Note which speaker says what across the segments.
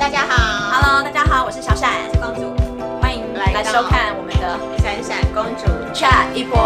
Speaker 1: 大家好，
Speaker 2: Hello，大家好，我是小闪公主，欢迎来收看我们的
Speaker 1: 闪闪公主。
Speaker 2: Chat 一波。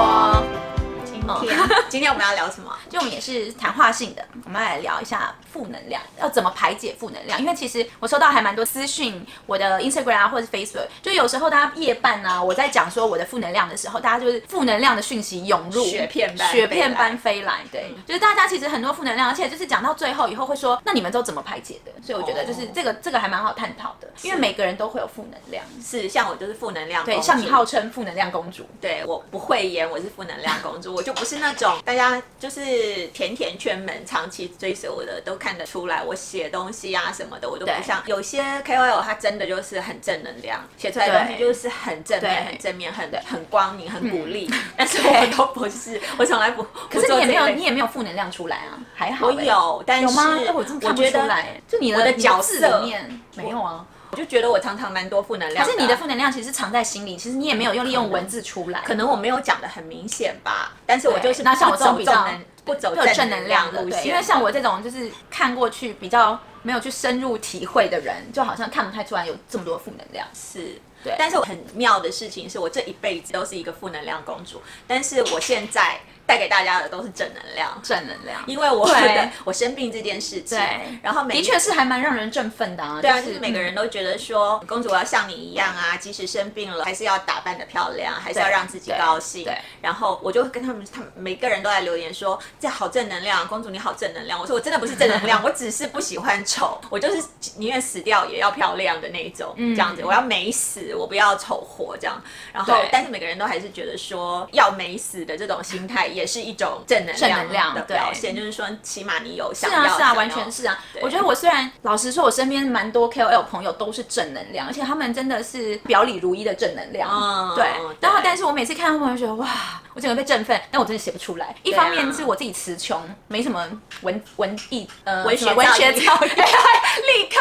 Speaker 2: 哦
Speaker 1: 今天，啊今天我们要聊什么？
Speaker 2: 就我们也是谈话性的，我们来聊一下负能量，要怎么排解负能量？因为其实我收到还蛮多私讯，我的 Instagram 啊，或是 Facebook，就有时候大家夜半啊，我在讲说我的负能量的时候，大家就是负能量的讯息涌入，
Speaker 1: 雪片般嗯
Speaker 2: 雪片般飞来，对，就是大家其实很多负能量，而且就是讲到最后以后会说，那你们都怎么排解的？所以我觉得就是
Speaker 1: 哦
Speaker 2: 这个、这个还蛮好探讨的，因为每个人都会有负能量，
Speaker 1: 是像我哦就是负能量公
Speaker 2: 对，
Speaker 1: 主，
Speaker 2: 像你号称负能量公主，
Speaker 1: 对我不会演，我是负能量 公主，我就不是那种大家就是甜甜圈们长期追随我的都看得出来，我写东西啊什么的，我都不
Speaker 2: 对
Speaker 1: 像有些 KOL 他真的就是很正能量，写出来的东西
Speaker 2: 对
Speaker 1: 就是很正面、
Speaker 2: 对嗯
Speaker 1: 很正面、很很光明、很鼓励， 但是我都不是，我从来不，可
Speaker 2: 可是你也没有你也没有负能量出来啊，还好、
Speaker 1: 我
Speaker 2: 欸
Speaker 1: 有，但是
Speaker 2: 有吗？哎我真的看不
Speaker 1: 觉
Speaker 2: 出
Speaker 1: 得
Speaker 2: 来。就你的
Speaker 1: 我的
Speaker 2: 你
Speaker 1: 角
Speaker 2: 字
Speaker 1: 色
Speaker 2: 里面没有啊，
Speaker 1: 我就觉得我常常蛮多负能量。
Speaker 2: 可是你的负能量其实藏在心里，其实你也没有用利用文字出来。
Speaker 1: 可能我没有讲的很明显吧，但是我就是
Speaker 2: 对那像我
Speaker 1: 不
Speaker 2: 这种
Speaker 1: 走
Speaker 2: 比
Speaker 1: 正
Speaker 2: 较
Speaker 1: 能不走
Speaker 2: 有正能
Speaker 1: 能
Speaker 2: 量的，
Speaker 1: 路
Speaker 2: 对，
Speaker 1: 线，
Speaker 2: 因为像我这种就是看过去比较没有去深入体会的人，就好像看不太出来有这么多负能量。
Speaker 1: 是。
Speaker 2: 对
Speaker 1: 但是我很妙的事情是我这一辈子都是一个负能量公主，但是我现在带给大家的都是正能量，
Speaker 2: 正能量，
Speaker 1: 因为我
Speaker 2: 对
Speaker 1: 的我生病这件事情
Speaker 2: 对，
Speaker 1: 然后每
Speaker 2: 的确是还蛮让人振奋的啊。
Speaker 1: 对啊，就是每个人都觉得说，
Speaker 2: 嗯
Speaker 1: 公主我要像你一样啊，即使生病了，还是要打扮的漂亮，还是要让自己高兴。
Speaker 2: 对对
Speaker 1: 然后我就跟他们，他们每个人都在留言说，这好正能量，公主你好正能量。我说我真的不是正能 量，我只是不喜欢丑，我就是宁愿死掉也要漂亮的那一种，
Speaker 2: 嗯
Speaker 1: 这样子，我要美死，我不要丑活这样。然后
Speaker 2: 对，
Speaker 1: 但是每个人都还是觉得说，要美死的这种心态也是一种正能
Speaker 2: 正能量
Speaker 1: 的
Speaker 2: 对
Speaker 1: 表现，就是说起码你有想
Speaker 2: 是
Speaker 1: 要，
Speaker 2: 啊，
Speaker 1: 想
Speaker 2: 是啊，
Speaker 1: 要哦
Speaker 2: 完全是啊。
Speaker 1: 对
Speaker 2: 我觉得我虽然老实说，我身边蛮多 KOL 朋友都是正能量，而且他们真的是表里如一的正能量。
Speaker 1: 嗯
Speaker 2: 对
Speaker 1: 对。
Speaker 2: 然后，但是我每次看他们，我就觉得哇，我整个被振奋，但我真的写不出来。一
Speaker 1: 对啊
Speaker 2: 方面是我自己词穷，没什么文文艺呃
Speaker 1: 文学
Speaker 2: 什么文
Speaker 1: 造
Speaker 2: 学
Speaker 1: 诣
Speaker 2: 造诣，立刻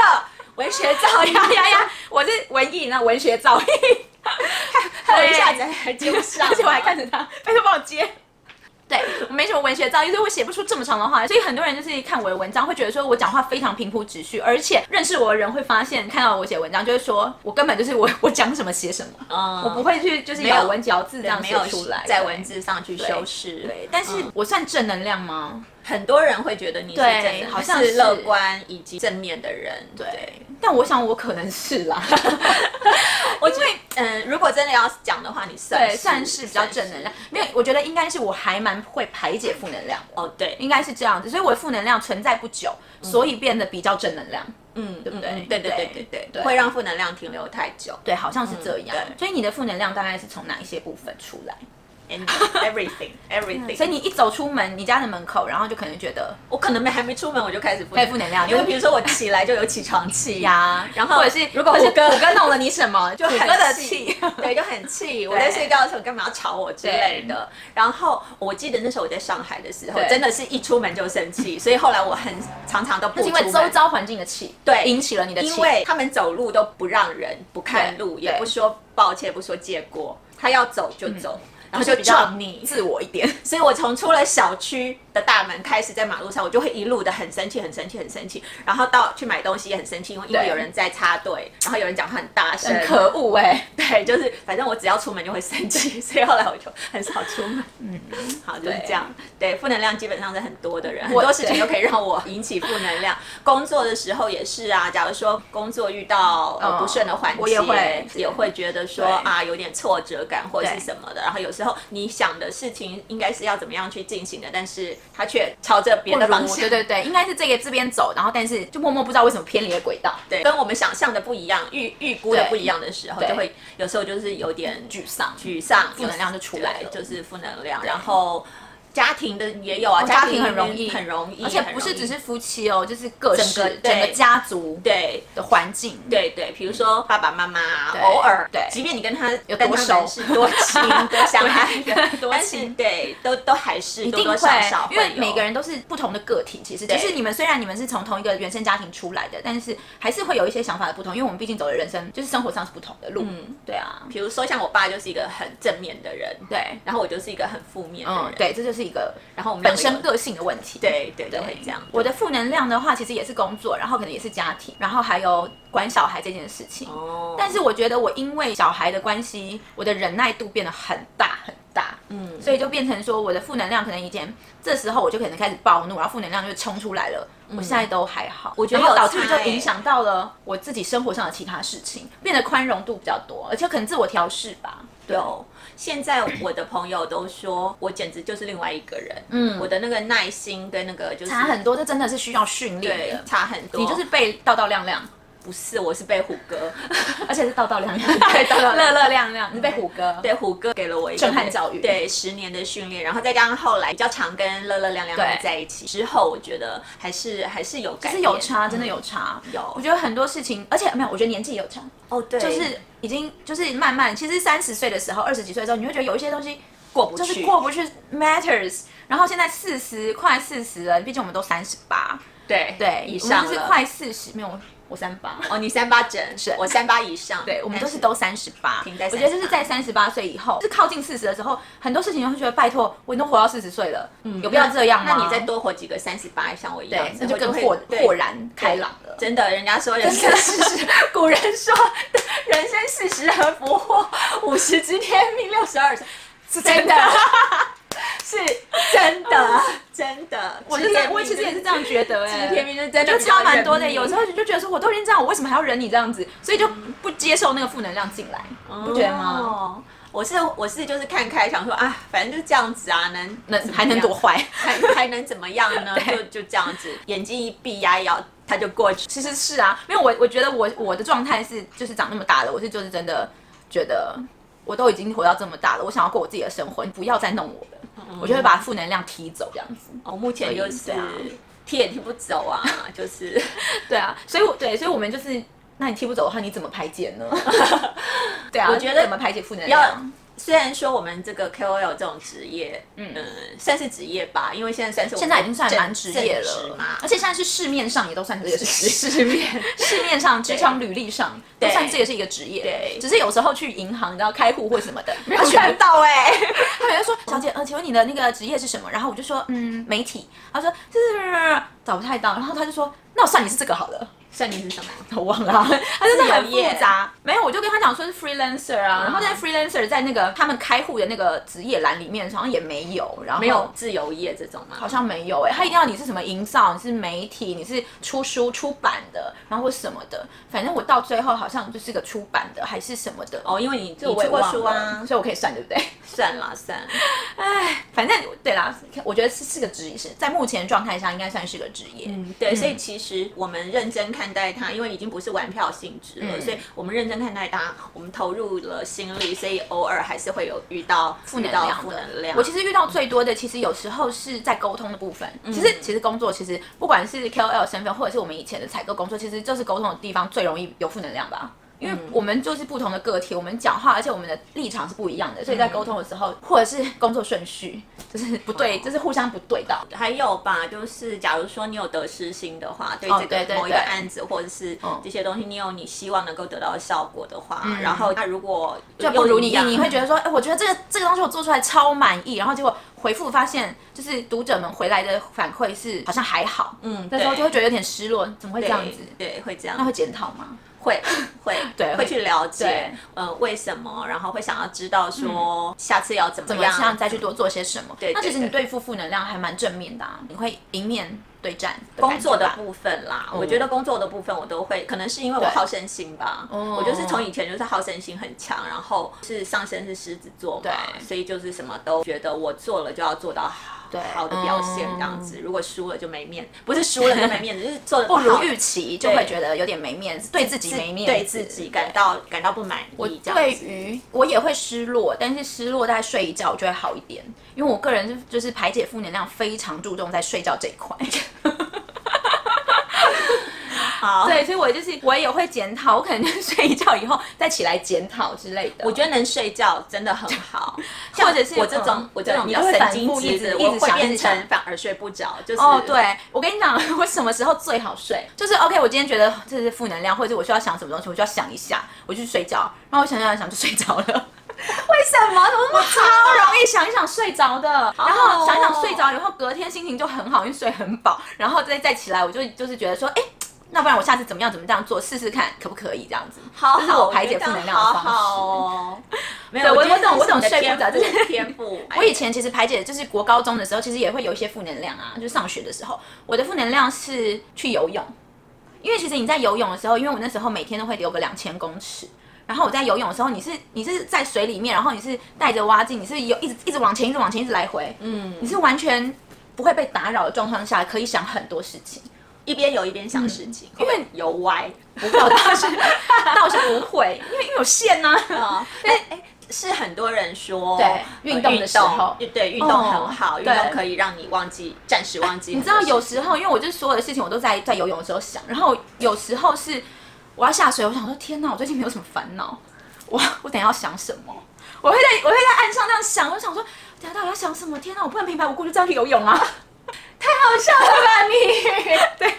Speaker 2: 文学造诣 呀呀呀！我是文艺，那文学造诣，
Speaker 1: 我一下子还接不上，
Speaker 2: 而且我还看着他， 拜托帮我接。对我没什么文学造诣，所以我写不出这么长的话。所以很多人就是看我的文章，会觉得说我讲话非常平铺直叙，而且认识我的人会发现，看到我写文章就会说我根本就是我我讲什么写什么，
Speaker 1: 嗯
Speaker 2: 我不会去就是
Speaker 1: 没有
Speaker 2: 咬文嚼字这样
Speaker 1: 没
Speaker 2: 写
Speaker 1: 有
Speaker 2: 出来，
Speaker 1: 在
Speaker 2: 哦对
Speaker 1: 文。字上去修饰。
Speaker 2: 对，但是
Speaker 1: 嗯
Speaker 2: 我算正能量吗？
Speaker 1: 很多人会觉得你是
Speaker 2: 对
Speaker 1: 真的
Speaker 2: 好像
Speaker 1: 是
Speaker 2: 是
Speaker 1: 乐观以及正面的人。
Speaker 2: 对，但我想我可能是啦，
Speaker 1: 我因为嗯，如果真的要讲的话，你算
Speaker 2: 对，算是比较正能量。没有，我觉得应该是我还蛮会排解负能量的。
Speaker 1: 哦，对，
Speaker 2: 应该是这样子，所以我的负能量存在不久，所以变得比较正能量。
Speaker 1: 嗯，对
Speaker 2: 不对
Speaker 1: 对对对
Speaker 2: 对
Speaker 1: 对对，
Speaker 2: 对
Speaker 1: 不会让负能量停留太久。
Speaker 2: 对，好像是这样。
Speaker 1: 嗯对
Speaker 2: 所以你的负能量大概是从哪一些部分出来？
Speaker 1: And everything, everything。
Speaker 2: 所以你一走出门，你家的门口，然后就可能觉得
Speaker 1: 我可能没还没出门，我就开始
Speaker 2: 开始负能量
Speaker 1: 因为
Speaker 2: 就是
Speaker 1: 比如说我起来就有起床 气，
Speaker 2: 呀，
Speaker 1: 然后
Speaker 2: 或者是
Speaker 1: 如果
Speaker 2: 或者是
Speaker 1: 虎哥
Speaker 2: 虎哥弄了你什么， 就
Speaker 1: 很
Speaker 2: 虎哥的气。
Speaker 1: 对，就很 气。我在睡觉的时候干嘛要吵我之类的。然后我记得那时候我在上海的时候，
Speaker 2: 对
Speaker 1: 真的是一出门就生 气，所以后来我很常常都不
Speaker 2: 那
Speaker 1: 出
Speaker 2: 是因为
Speaker 1: 门。
Speaker 2: 周遭环境的气，
Speaker 1: 对
Speaker 2: 引起了你的气。
Speaker 1: 因为他们走路都不让人，不看路，
Speaker 2: 对
Speaker 1: 也不说抱歉，不说借过，他要走就走，然后
Speaker 2: 嗯就
Speaker 1: 就
Speaker 2: 比较
Speaker 1: 撞你。
Speaker 2: 自我一点，
Speaker 1: 所以我从出了小区的大门开始，在马路上，我就会一路的很生气，很生气，很生气。然后到去买东西也很生气，因为因为
Speaker 2: 对
Speaker 1: 有人在插队，然后有人讲话很大声，
Speaker 2: 很可恶哎。
Speaker 1: 对，就是反正我只要出门就会生气， 所以后来我就很少出门。嗯，好，就是
Speaker 2: 对
Speaker 1: 这样。对，负能量基本上是很多的人，很
Speaker 2: 我
Speaker 1: 多事情
Speaker 2: 对
Speaker 1: 都可以让我引起负能量。工作的时候也是啊，假如说工作遇到呃
Speaker 2: 嗯
Speaker 1: 不顺的环节，
Speaker 2: 我也会
Speaker 1: 也会觉得说
Speaker 2: 对
Speaker 1: 啊有点挫折感或者是
Speaker 2: 对
Speaker 1: 什么的。然后有时候你想的事情应该是要怎么样去进行的，但是它却朝着别的方
Speaker 2: 不如
Speaker 1: 向
Speaker 2: 对。对对，应该是这个这边走，然后但是就默默不知道为什么偏离了轨道，
Speaker 1: 对，跟我们想象的不一样，预预估的
Speaker 2: 对
Speaker 1: 不一样的时候，
Speaker 2: 对
Speaker 1: 就会有时候就是有点
Speaker 2: 沮丧。
Speaker 1: 沮丧，
Speaker 2: 负能量就出来了
Speaker 1: 对就是负能量。然后家庭的也有啊，
Speaker 2: 哦家庭很容易
Speaker 1: 很容易，
Speaker 2: 而且
Speaker 1: 很
Speaker 2: 不
Speaker 1: 容
Speaker 2: 是
Speaker 1: 易
Speaker 2: 只是夫妻哦，就是各
Speaker 1: 整
Speaker 2: 式
Speaker 1: 个对
Speaker 2: 整个家族
Speaker 1: 对。
Speaker 2: 的环境。
Speaker 1: 对对，比如说爸爸妈妈啊
Speaker 2: 对
Speaker 1: 偶尔，
Speaker 2: 对
Speaker 1: 即便你跟他
Speaker 2: 有
Speaker 1: 跟他
Speaker 2: 多
Speaker 1: 们
Speaker 2: 熟
Speaker 1: 是多 亲多相爱的，
Speaker 2: 多
Speaker 1: 但是
Speaker 2: 亲
Speaker 1: 对，都都还是
Speaker 2: 一
Speaker 1: 多
Speaker 2: 定
Speaker 1: 多
Speaker 2: 会
Speaker 1: 少少，
Speaker 2: 因为每个
Speaker 1: 人
Speaker 2: 人都是不同的个体。其实，
Speaker 1: 对
Speaker 2: 就是你们虽然你们是从同一个原生家庭出来的，但是还是会有一些想法的不同，因为我们毕竟走的人生就是生活上是不同的路。嗯，对啊，
Speaker 1: 比如说像我爸就是一个很正面的人，
Speaker 2: 对，
Speaker 1: 然后我就是一个很负面的
Speaker 2: 嗯
Speaker 1: 人，，
Speaker 2: 对，这就是一个
Speaker 1: 然后我们
Speaker 2: 本
Speaker 1: 两个
Speaker 2: 身
Speaker 1: 有
Speaker 2: 个性的问题。
Speaker 1: 对对
Speaker 2: 对
Speaker 1: 都会这样。
Speaker 2: 我的负能量的话，其实也是工作，然后可能也是家庭，然后还有管小孩这件事情。
Speaker 1: 哦，
Speaker 2: 但是我觉得我因为小孩的关系，我的忍耐度变得很大很大，嗯，所以就变成说我的负能量可能以前这时候我就可能开始暴怒，然后负能量就冲出来了。我现在都还好，嗯我觉
Speaker 1: 得
Speaker 2: 得
Speaker 1: 有
Speaker 2: 导致于
Speaker 1: 差
Speaker 2: 就
Speaker 1: 欸
Speaker 2: 影响到了我自己生活上的其他事情，变得宽容度比较多，而且可能自我调试吧。对
Speaker 1: 有。现在我的朋友都说我简直就是另外一个人，嗯，我的那个耐心跟那个就是
Speaker 2: 差啊很多，这真的是需要训练
Speaker 1: 对
Speaker 2: 的。
Speaker 1: 差很多。
Speaker 2: 你就是被道道 亮亮，
Speaker 1: 不是我是被虎哥，
Speaker 2: 而且是道道亮亮，对，道道 乐乐亮亮，你被虎哥，
Speaker 1: 对虎哥给了我一个
Speaker 2: 震撼教育
Speaker 1: 对十年的训练，然后再加上后来比较常跟乐乐亮亮他们
Speaker 2: 对
Speaker 1: 在一起之后，我觉得还是还是有改
Speaker 2: 其
Speaker 1: 变，
Speaker 2: 实有差，真的嗯有差。
Speaker 1: 有
Speaker 2: 我觉得很多事情，而且没有，我觉得年纪也有差，
Speaker 1: 哦，对，
Speaker 2: 就是已经就是慢慢，其实三十岁的时候，二十几岁的时候，你会觉得有一些东西
Speaker 1: 过不
Speaker 2: 就
Speaker 1: 去，
Speaker 2: 是过不去 matters。然后现在四十快四十了，毕竟我们都三十八，
Speaker 1: 对
Speaker 2: 对，
Speaker 1: 以
Speaker 2: 我
Speaker 1: 上
Speaker 2: 们就是
Speaker 1: 了
Speaker 2: 快四十，没有我三八。
Speaker 1: 哦，你三八整，我三八以上，
Speaker 2: 对，我们都
Speaker 1: 但
Speaker 2: 是都三十八，
Speaker 1: 停在
Speaker 2: 我觉得
Speaker 1: 38
Speaker 2: 就是在三十八岁以后，就是靠近四十的时候，很多事情就会觉得拜托，我已经活到四十岁了，有必要这样吗？
Speaker 1: 嗯那你再多活几个三十八，像我一样之
Speaker 2: 对，，那
Speaker 1: 后
Speaker 2: 就更
Speaker 1: 会
Speaker 2: 豁
Speaker 1: 对
Speaker 2: 豁然开朗了。
Speaker 1: 真的，人家说人 生四十，
Speaker 2: 古人说，
Speaker 1: 人生四十而不惑，五十知天命，六十而是
Speaker 2: 真
Speaker 1: 真的，
Speaker 2: 的
Speaker 1: 是真的， 真的。
Speaker 2: 我
Speaker 1: 知
Speaker 2: 是
Speaker 1: 天
Speaker 2: 我其实也是这样觉 得哎、
Speaker 1: 知天命就是真的
Speaker 2: 就知道蛮多的。
Speaker 1: 比较忍
Speaker 2: 有时候就觉得说，我都已经这样，我为什么还要忍你这样子？所以就
Speaker 1: 嗯
Speaker 2: 不接受那个负能量进来，不觉得吗？
Speaker 1: 哦？我是我是就是看开，想说啊，反正就这样子啊，能
Speaker 2: 那
Speaker 1: 怎么样
Speaker 2: 还能多坏？
Speaker 1: 还还能怎么样呢？就就这样子，眼睛一闭，牙一咬，它就过去。
Speaker 2: 其实是啊，因为我我觉得我我的状态是，就是长那么大了，我是就是真的觉得我都已经活到这么大了，我想要过我自己的生活，你不要再弄我了，嗯
Speaker 1: 嗯
Speaker 2: 我就会把负能量踢走这样子。
Speaker 1: 我、哦目前就是
Speaker 2: 所 以对啊
Speaker 1: 踢也踢不走啊，就是。
Speaker 2: 对啊，所以我对，所以我们就是，那你踢不走的话，你怎么排解 呢？对啊，
Speaker 1: 我觉得
Speaker 2: 怎么排解负能
Speaker 1: 要
Speaker 2: 量？
Speaker 1: 虽然说我们这个 KOL 这种职业，嗯、算是职业吧，因为现在算是我
Speaker 2: 现
Speaker 1: 们
Speaker 2: 在已经算
Speaker 1: 正
Speaker 2: 蛮职业
Speaker 1: 正职
Speaker 2: 了
Speaker 1: 嘛，
Speaker 2: 而且现在是市面上也都算这个是职业，
Speaker 1: 失恋。
Speaker 2: 市面上职场履历 上都
Speaker 1: 对
Speaker 2: 算这也是一个职业，
Speaker 1: 对
Speaker 2: 只是有时候去银行，你知道开户或什么的，没
Speaker 1: 有看
Speaker 2: 到哎、 他有人说小姐，呃，请问你的那个职业是什么？然后我就说嗯，媒体。他说是找不太到，然后他就说那我算你是这个好了。
Speaker 1: 算你是什么？
Speaker 2: 我忘了，啊 他真的很
Speaker 1: 自
Speaker 2: 复
Speaker 1: 由业
Speaker 2: 杂。没有，我就跟他讲说是 freelancer 啊，然后在 freelancer 在那个他们开户的那个职业栏里面好像也没有，然后
Speaker 1: 没有自由业这种吗？
Speaker 2: 好像没有哎、他一定要你是什么营造，你是媒体，你是出书出版的，然后或什么的，反正我到最后好像就是个出版的还是什么的，
Speaker 1: 哦，因为你
Speaker 2: 这
Speaker 1: 就
Speaker 2: 我也
Speaker 1: 出过
Speaker 2: 忘
Speaker 1: 书
Speaker 2: 了
Speaker 1: 啊，
Speaker 2: 所以我可以算对不对？
Speaker 1: 算了算了，
Speaker 2: 反正对啦，我觉得是是个职业，是在目前状态下应该算是个职业。
Speaker 1: 嗯，对，所以其实我们认真看待它，因为已经不是玩票性质了，
Speaker 2: 嗯
Speaker 1: 所以我们认真看待它，我们投入了心力，所以偶尔还是会有遇到
Speaker 2: 负能
Speaker 1: 遇
Speaker 2: 量
Speaker 1: 到
Speaker 2: 的
Speaker 1: 负能量。
Speaker 2: 我其实遇到最多的，其实有时候是在沟通的部分。
Speaker 1: 嗯
Speaker 2: 其实其实工作，其实不管是 KOL 身份，或者是我们以前的采购工作，其实就是沟通的地方最容易有负能量吧。因
Speaker 1: 嗯
Speaker 2: 为我们就是不同的个体，我们讲话，而且我们的立场是不一样的，所
Speaker 1: 嗯
Speaker 2: 以在沟通的时候，或者是工作顺序，就是不
Speaker 1: 哦
Speaker 2: 对，就是互相不对到。
Speaker 1: 还有吧，就是假如说你有得失心的话，对
Speaker 2: 哦
Speaker 1: 这
Speaker 2: 对
Speaker 1: 个
Speaker 2: 对
Speaker 1: 某一个
Speaker 2: 对
Speaker 1: 案子或者是
Speaker 2: 嗯
Speaker 1: 这些东西，你有你希望能够得到的效果的话，然后他如果就
Speaker 2: 不如你意，你会
Speaker 1: 得
Speaker 2: 觉得说，哎、我觉得这个这个东西我做出来超满意，然后结果回复发现，就是读者们回来的反馈是好像还好，嗯，那时候
Speaker 1: 对
Speaker 2: 就会觉得有点失落，怎么会这
Speaker 1: 这
Speaker 2: 样子？
Speaker 1: 对，会这样
Speaker 2: 那，会检讨吗？
Speaker 1: 会会
Speaker 2: 对
Speaker 1: 会去了
Speaker 2: 对嗯
Speaker 1: 解，呃，为什么，然后会想要知道说下次要怎
Speaker 2: 怎
Speaker 1: 么
Speaker 2: 么样
Speaker 1: 样，
Speaker 2: 再去多做些什么？
Speaker 1: 对对
Speaker 2: 那其实你
Speaker 1: 对
Speaker 2: 对付负能量还蛮正面的、啊，你会迎面对战
Speaker 1: 工作的
Speaker 2: 感觉吧
Speaker 1: 部分啦，我觉得工作的部分我都会，可能是因为我
Speaker 2: 嗯对
Speaker 1: 好胜心吧，
Speaker 2: 哦
Speaker 1: 我就是从以前就是好胜心很强，然后是上身是狮子座嘛，
Speaker 2: 对
Speaker 1: 所以就是什么都觉得我做了就要做到好
Speaker 2: 对
Speaker 1: 好的表现这样子，如果输了就没面，不是输了就没面子，就是做的
Speaker 2: 不如预期，就会觉得有点没面子，对自己没面子，
Speaker 1: 对自己感到感到不满意这
Speaker 2: 对
Speaker 1: 样子。
Speaker 2: 于我也会失落，但是失落大概睡一觉我就会好一点，因为我个人是就是排解负能量非常注重在睡觉这一 块。
Speaker 1: 好，
Speaker 2: 对，所以我就是我也会检讨，我可能就是 睡一觉以后再起来检讨之类的。
Speaker 1: 我觉得能睡觉真的很好，
Speaker 2: 或者是
Speaker 1: 我这种
Speaker 2: 嗯
Speaker 1: 我这种
Speaker 2: 对
Speaker 1: 比较
Speaker 2: 你就会
Speaker 1: 神
Speaker 2: 反
Speaker 1: 经
Speaker 2: 复一
Speaker 1: 质
Speaker 2: 直
Speaker 1: 的，
Speaker 2: 一直
Speaker 1: 我会
Speaker 2: 想一直
Speaker 1: 变
Speaker 2: 想
Speaker 1: 成反而睡不着，就是
Speaker 2: 哦，对，我跟你讲， 我什么时候最好睡？就是 OK，我今天觉得这是负能量，或者是我需要想什么东西，我就要想一下，我就去睡觉，然后我想想想就睡着了。 为什么？怎么那么超容易想一想睡着的？然后想一想睡着以后，隔天心情就很好，因为睡很饱，然后再再起来，我就就是觉得说，哎、那不然我下次怎么样怎么这样做试试看，可不可以这样子？
Speaker 1: 好
Speaker 2: 这是
Speaker 1: 好，
Speaker 2: 我排解负能量的方式。
Speaker 1: 好好哦，没
Speaker 2: 对我
Speaker 1: 觉得
Speaker 2: 我懂
Speaker 1: 这
Speaker 2: 我
Speaker 1: 是
Speaker 2: 懂
Speaker 1: 你的
Speaker 2: 睡不
Speaker 1: 天
Speaker 2: 着
Speaker 1: 赋
Speaker 2: 这是
Speaker 1: 天赋。
Speaker 2: 我以前其实排解就是国高中的时候，其实也会有一些负能量啊，就上学的时候，我的负能量是去游泳，因为其实你在游泳的时候，因为我那时候每天都会游个两千公尺。然后我在游泳的时候，你是你是在水里面，然后你是带着蛙镜，你是游一直一直往前，一直往前，一直来回，
Speaker 1: 嗯，
Speaker 2: 你是完全不会被打扰的状况下，可以想很多事情。
Speaker 1: 一边游一边想事情，
Speaker 2: 因为
Speaker 1: 游歪
Speaker 2: 不会，我倒是倒是不会，因为因为有线呢、
Speaker 1: 啊。但哎，是很多人说
Speaker 2: 对
Speaker 1: 呃
Speaker 2: 运动的时候
Speaker 1: 运对运动很好，运
Speaker 2: 对
Speaker 1: 动可以让你忘记暂时忘记
Speaker 2: 你
Speaker 1: 很
Speaker 2: 知
Speaker 1: 多事
Speaker 2: 道
Speaker 1: 情。
Speaker 2: 有时候，因为我就是所有的事情我都在在游泳的时候想，然后有时候是我要下水，我想说天哪，我最近没有什么烦恼，我我等一下要想什么？我会在我会在岸上这样想，我想说等一下到底要想什么？天哪，我不能平白无故就这样去游泳啊！太好笑了吧你？ 对，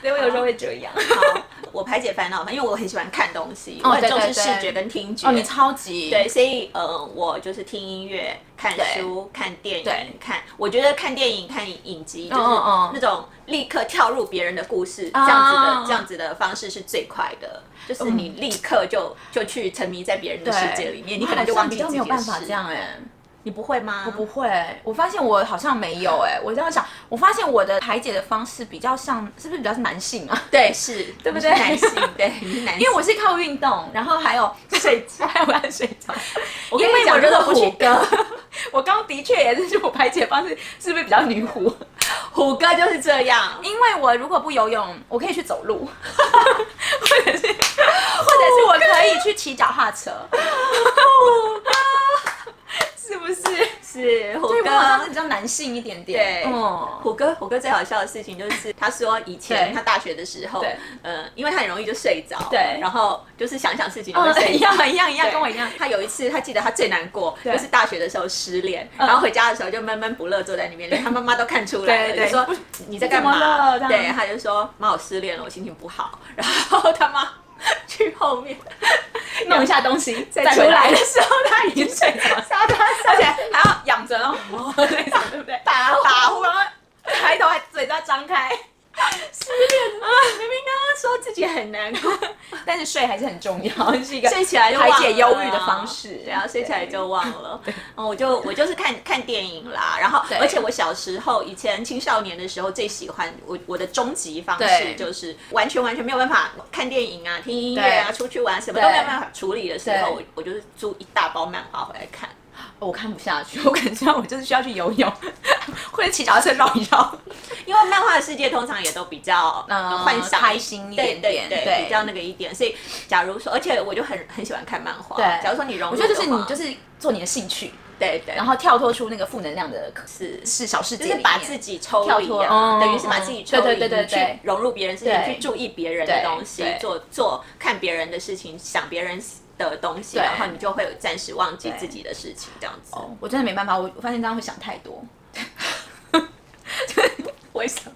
Speaker 2: 所以我有时候会这样。
Speaker 1: 好，我排解烦恼，因为我很喜欢看东西，
Speaker 2: 哦
Speaker 1: 我很
Speaker 2: 对
Speaker 1: 重
Speaker 2: 对
Speaker 1: 视视
Speaker 2: 对
Speaker 1: 觉跟听觉。
Speaker 2: 哦，你超级
Speaker 1: 对，所以呃，我就是听音乐、看
Speaker 2: 对
Speaker 1: 书、看电
Speaker 2: 对
Speaker 1: 影、看。我觉得看电影、看影集，就是
Speaker 2: 嗯嗯
Speaker 1: 那种立刻跳入别人的故事，这
Speaker 2: 啊
Speaker 1: 样子的这样子的方式是最快的，就是你立刻就就去沉迷在别人的
Speaker 2: 嗯对
Speaker 1: 世界里面，你可能就忘记
Speaker 2: 我好
Speaker 1: 自
Speaker 2: 像
Speaker 1: 己
Speaker 2: 比较没有
Speaker 1: 的
Speaker 2: 办法
Speaker 1: 事嗯
Speaker 2: 这样哎、
Speaker 1: 你不会吗？
Speaker 2: 我不会，我发现我好像没有哎、我这样想，我发现我的排解的方式比较像，是不是比较是男性啊？
Speaker 1: 对，是对
Speaker 2: 不对
Speaker 1: 男性，对，你是男性，
Speaker 2: 因为我是靠运动，然后还有睡觉，还有我要睡觉。
Speaker 1: 我
Speaker 2: 因
Speaker 1: 跟
Speaker 2: 为
Speaker 1: 你
Speaker 2: 我
Speaker 1: 讲，
Speaker 2: 觉
Speaker 1: 如
Speaker 2: 得
Speaker 1: 果不去
Speaker 2: 虎哥， 我刚刚的确也是，就我排解方式是不是比较女虎？
Speaker 1: 虎哥就是这样，
Speaker 2: 因为我如果不游泳，我可以去走路， 或者是，或者是我可以去骑脚踏车。是不是？
Speaker 1: 是虎
Speaker 2: 对，我好像
Speaker 1: 哥
Speaker 2: 是。比较男性一点点。
Speaker 1: 对
Speaker 2: 嗯
Speaker 1: 虎哥，虎哥最好笑的事情就是，他说以前
Speaker 2: 对
Speaker 1: 他大学的时候
Speaker 2: 对，
Speaker 1: 呃，因为他很容易就睡着，
Speaker 2: 对
Speaker 1: 然后就是想想事情就会
Speaker 2: 嗯，
Speaker 1: 睡
Speaker 2: 一
Speaker 1: 着。
Speaker 2: 样一样一样，
Speaker 1: 对
Speaker 2: 跟我一样。
Speaker 1: 他有一次，他记得他最难过，
Speaker 2: 对
Speaker 1: 就是大学的时候失恋，
Speaker 2: 嗯
Speaker 1: 然后回家的时候就闷闷不乐坐在那边， 连他妈妈都看出来了，
Speaker 2: 对对
Speaker 1: 就说
Speaker 2: 不
Speaker 1: 你在干
Speaker 2: 你怎么
Speaker 1: 嘛
Speaker 2: 了这？样
Speaker 1: 对，他就说妈，我失恋了，我心情不好。然后他妈去后 面
Speaker 2: 弄一下东西，再
Speaker 1: 再
Speaker 2: 出
Speaker 1: 回
Speaker 2: 来
Speaker 1: 来
Speaker 2: 的
Speaker 1: 的
Speaker 2: 时候，他已经睡着了，
Speaker 1: 杀他
Speaker 2: 而且还要仰着哦，那种对不对？
Speaker 1: 打我
Speaker 2: 打呼，然后抬头还嘴巴张开，
Speaker 1: 明明刚刚说自己很难过，
Speaker 2: 但是睡还是很重要，是一个
Speaker 1: 睡起来就忘
Speaker 2: 排
Speaker 1: 了啊
Speaker 2: 解忧郁的方式。
Speaker 1: 对啊，睡起来就忘了。嗯，我就我就是看看电影啦，然后
Speaker 2: 对
Speaker 1: 而且我小时候以前青少年的时候最喜欢我我的终极方
Speaker 2: 对
Speaker 1: 式就是完全完全没有办法看电影啊、听音乐啊、
Speaker 2: 对
Speaker 1: 出去玩什么
Speaker 2: 对
Speaker 1: 都没有办法处理的时候，
Speaker 2: 对
Speaker 1: 我我就是租一大包漫画回来看。
Speaker 2: 我看不下去，我感觉我就是需要去游泳， 或者骑脚踏车绕一绕，
Speaker 1: 因为漫画的世界通常也都比较
Speaker 2: 嗯
Speaker 1: 呃幻想、
Speaker 2: 开心一点点
Speaker 1: 对对
Speaker 2: 对
Speaker 1: 对，比较那个一点。所以，假如说，而且我就很很喜欢看漫画。
Speaker 2: 对
Speaker 1: 假如说你融
Speaker 2: 我
Speaker 1: 入
Speaker 2: 觉
Speaker 1: 的话，
Speaker 2: 得就是你就是做你的兴趣，
Speaker 1: 对对，
Speaker 2: 然后跳脱出那个负能量的
Speaker 1: 是
Speaker 2: 是小世界
Speaker 1: 就
Speaker 2: 里面，
Speaker 1: 是把自己抽
Speaker 2: 跳
Speaker 1: 离
Speaker 2: 脱
Speaker 1: 啊，
Speaker 2: 嗯
Speaker 1: 等于是把
Speaker 2: 嗯
Speaker 1: 自己
Speaker 2: 嗯
Speaker 1: 抽离，
Speaker 2: 对对对对
Speaker 1: 你去
Speaker 2: 对
Speaker 1: 融入别人事
Speaker 2: 对
Speaker 1: 情，去注意别人的
Speaker 2: 对
Speaker 1: 东西
Speaker 2: 对，
Speaker 1: 做做看别人的事情，想别人的东西，
Speaker 2: 对
Speaker 1: 然后你就会有暂时忘记
Speaker 2: 对
Speaker 1: 自己的事情，这样子。
Speaker 2: 哦，我真的没办法，我我发现这样会想太多。
Speaker 1: 为什么？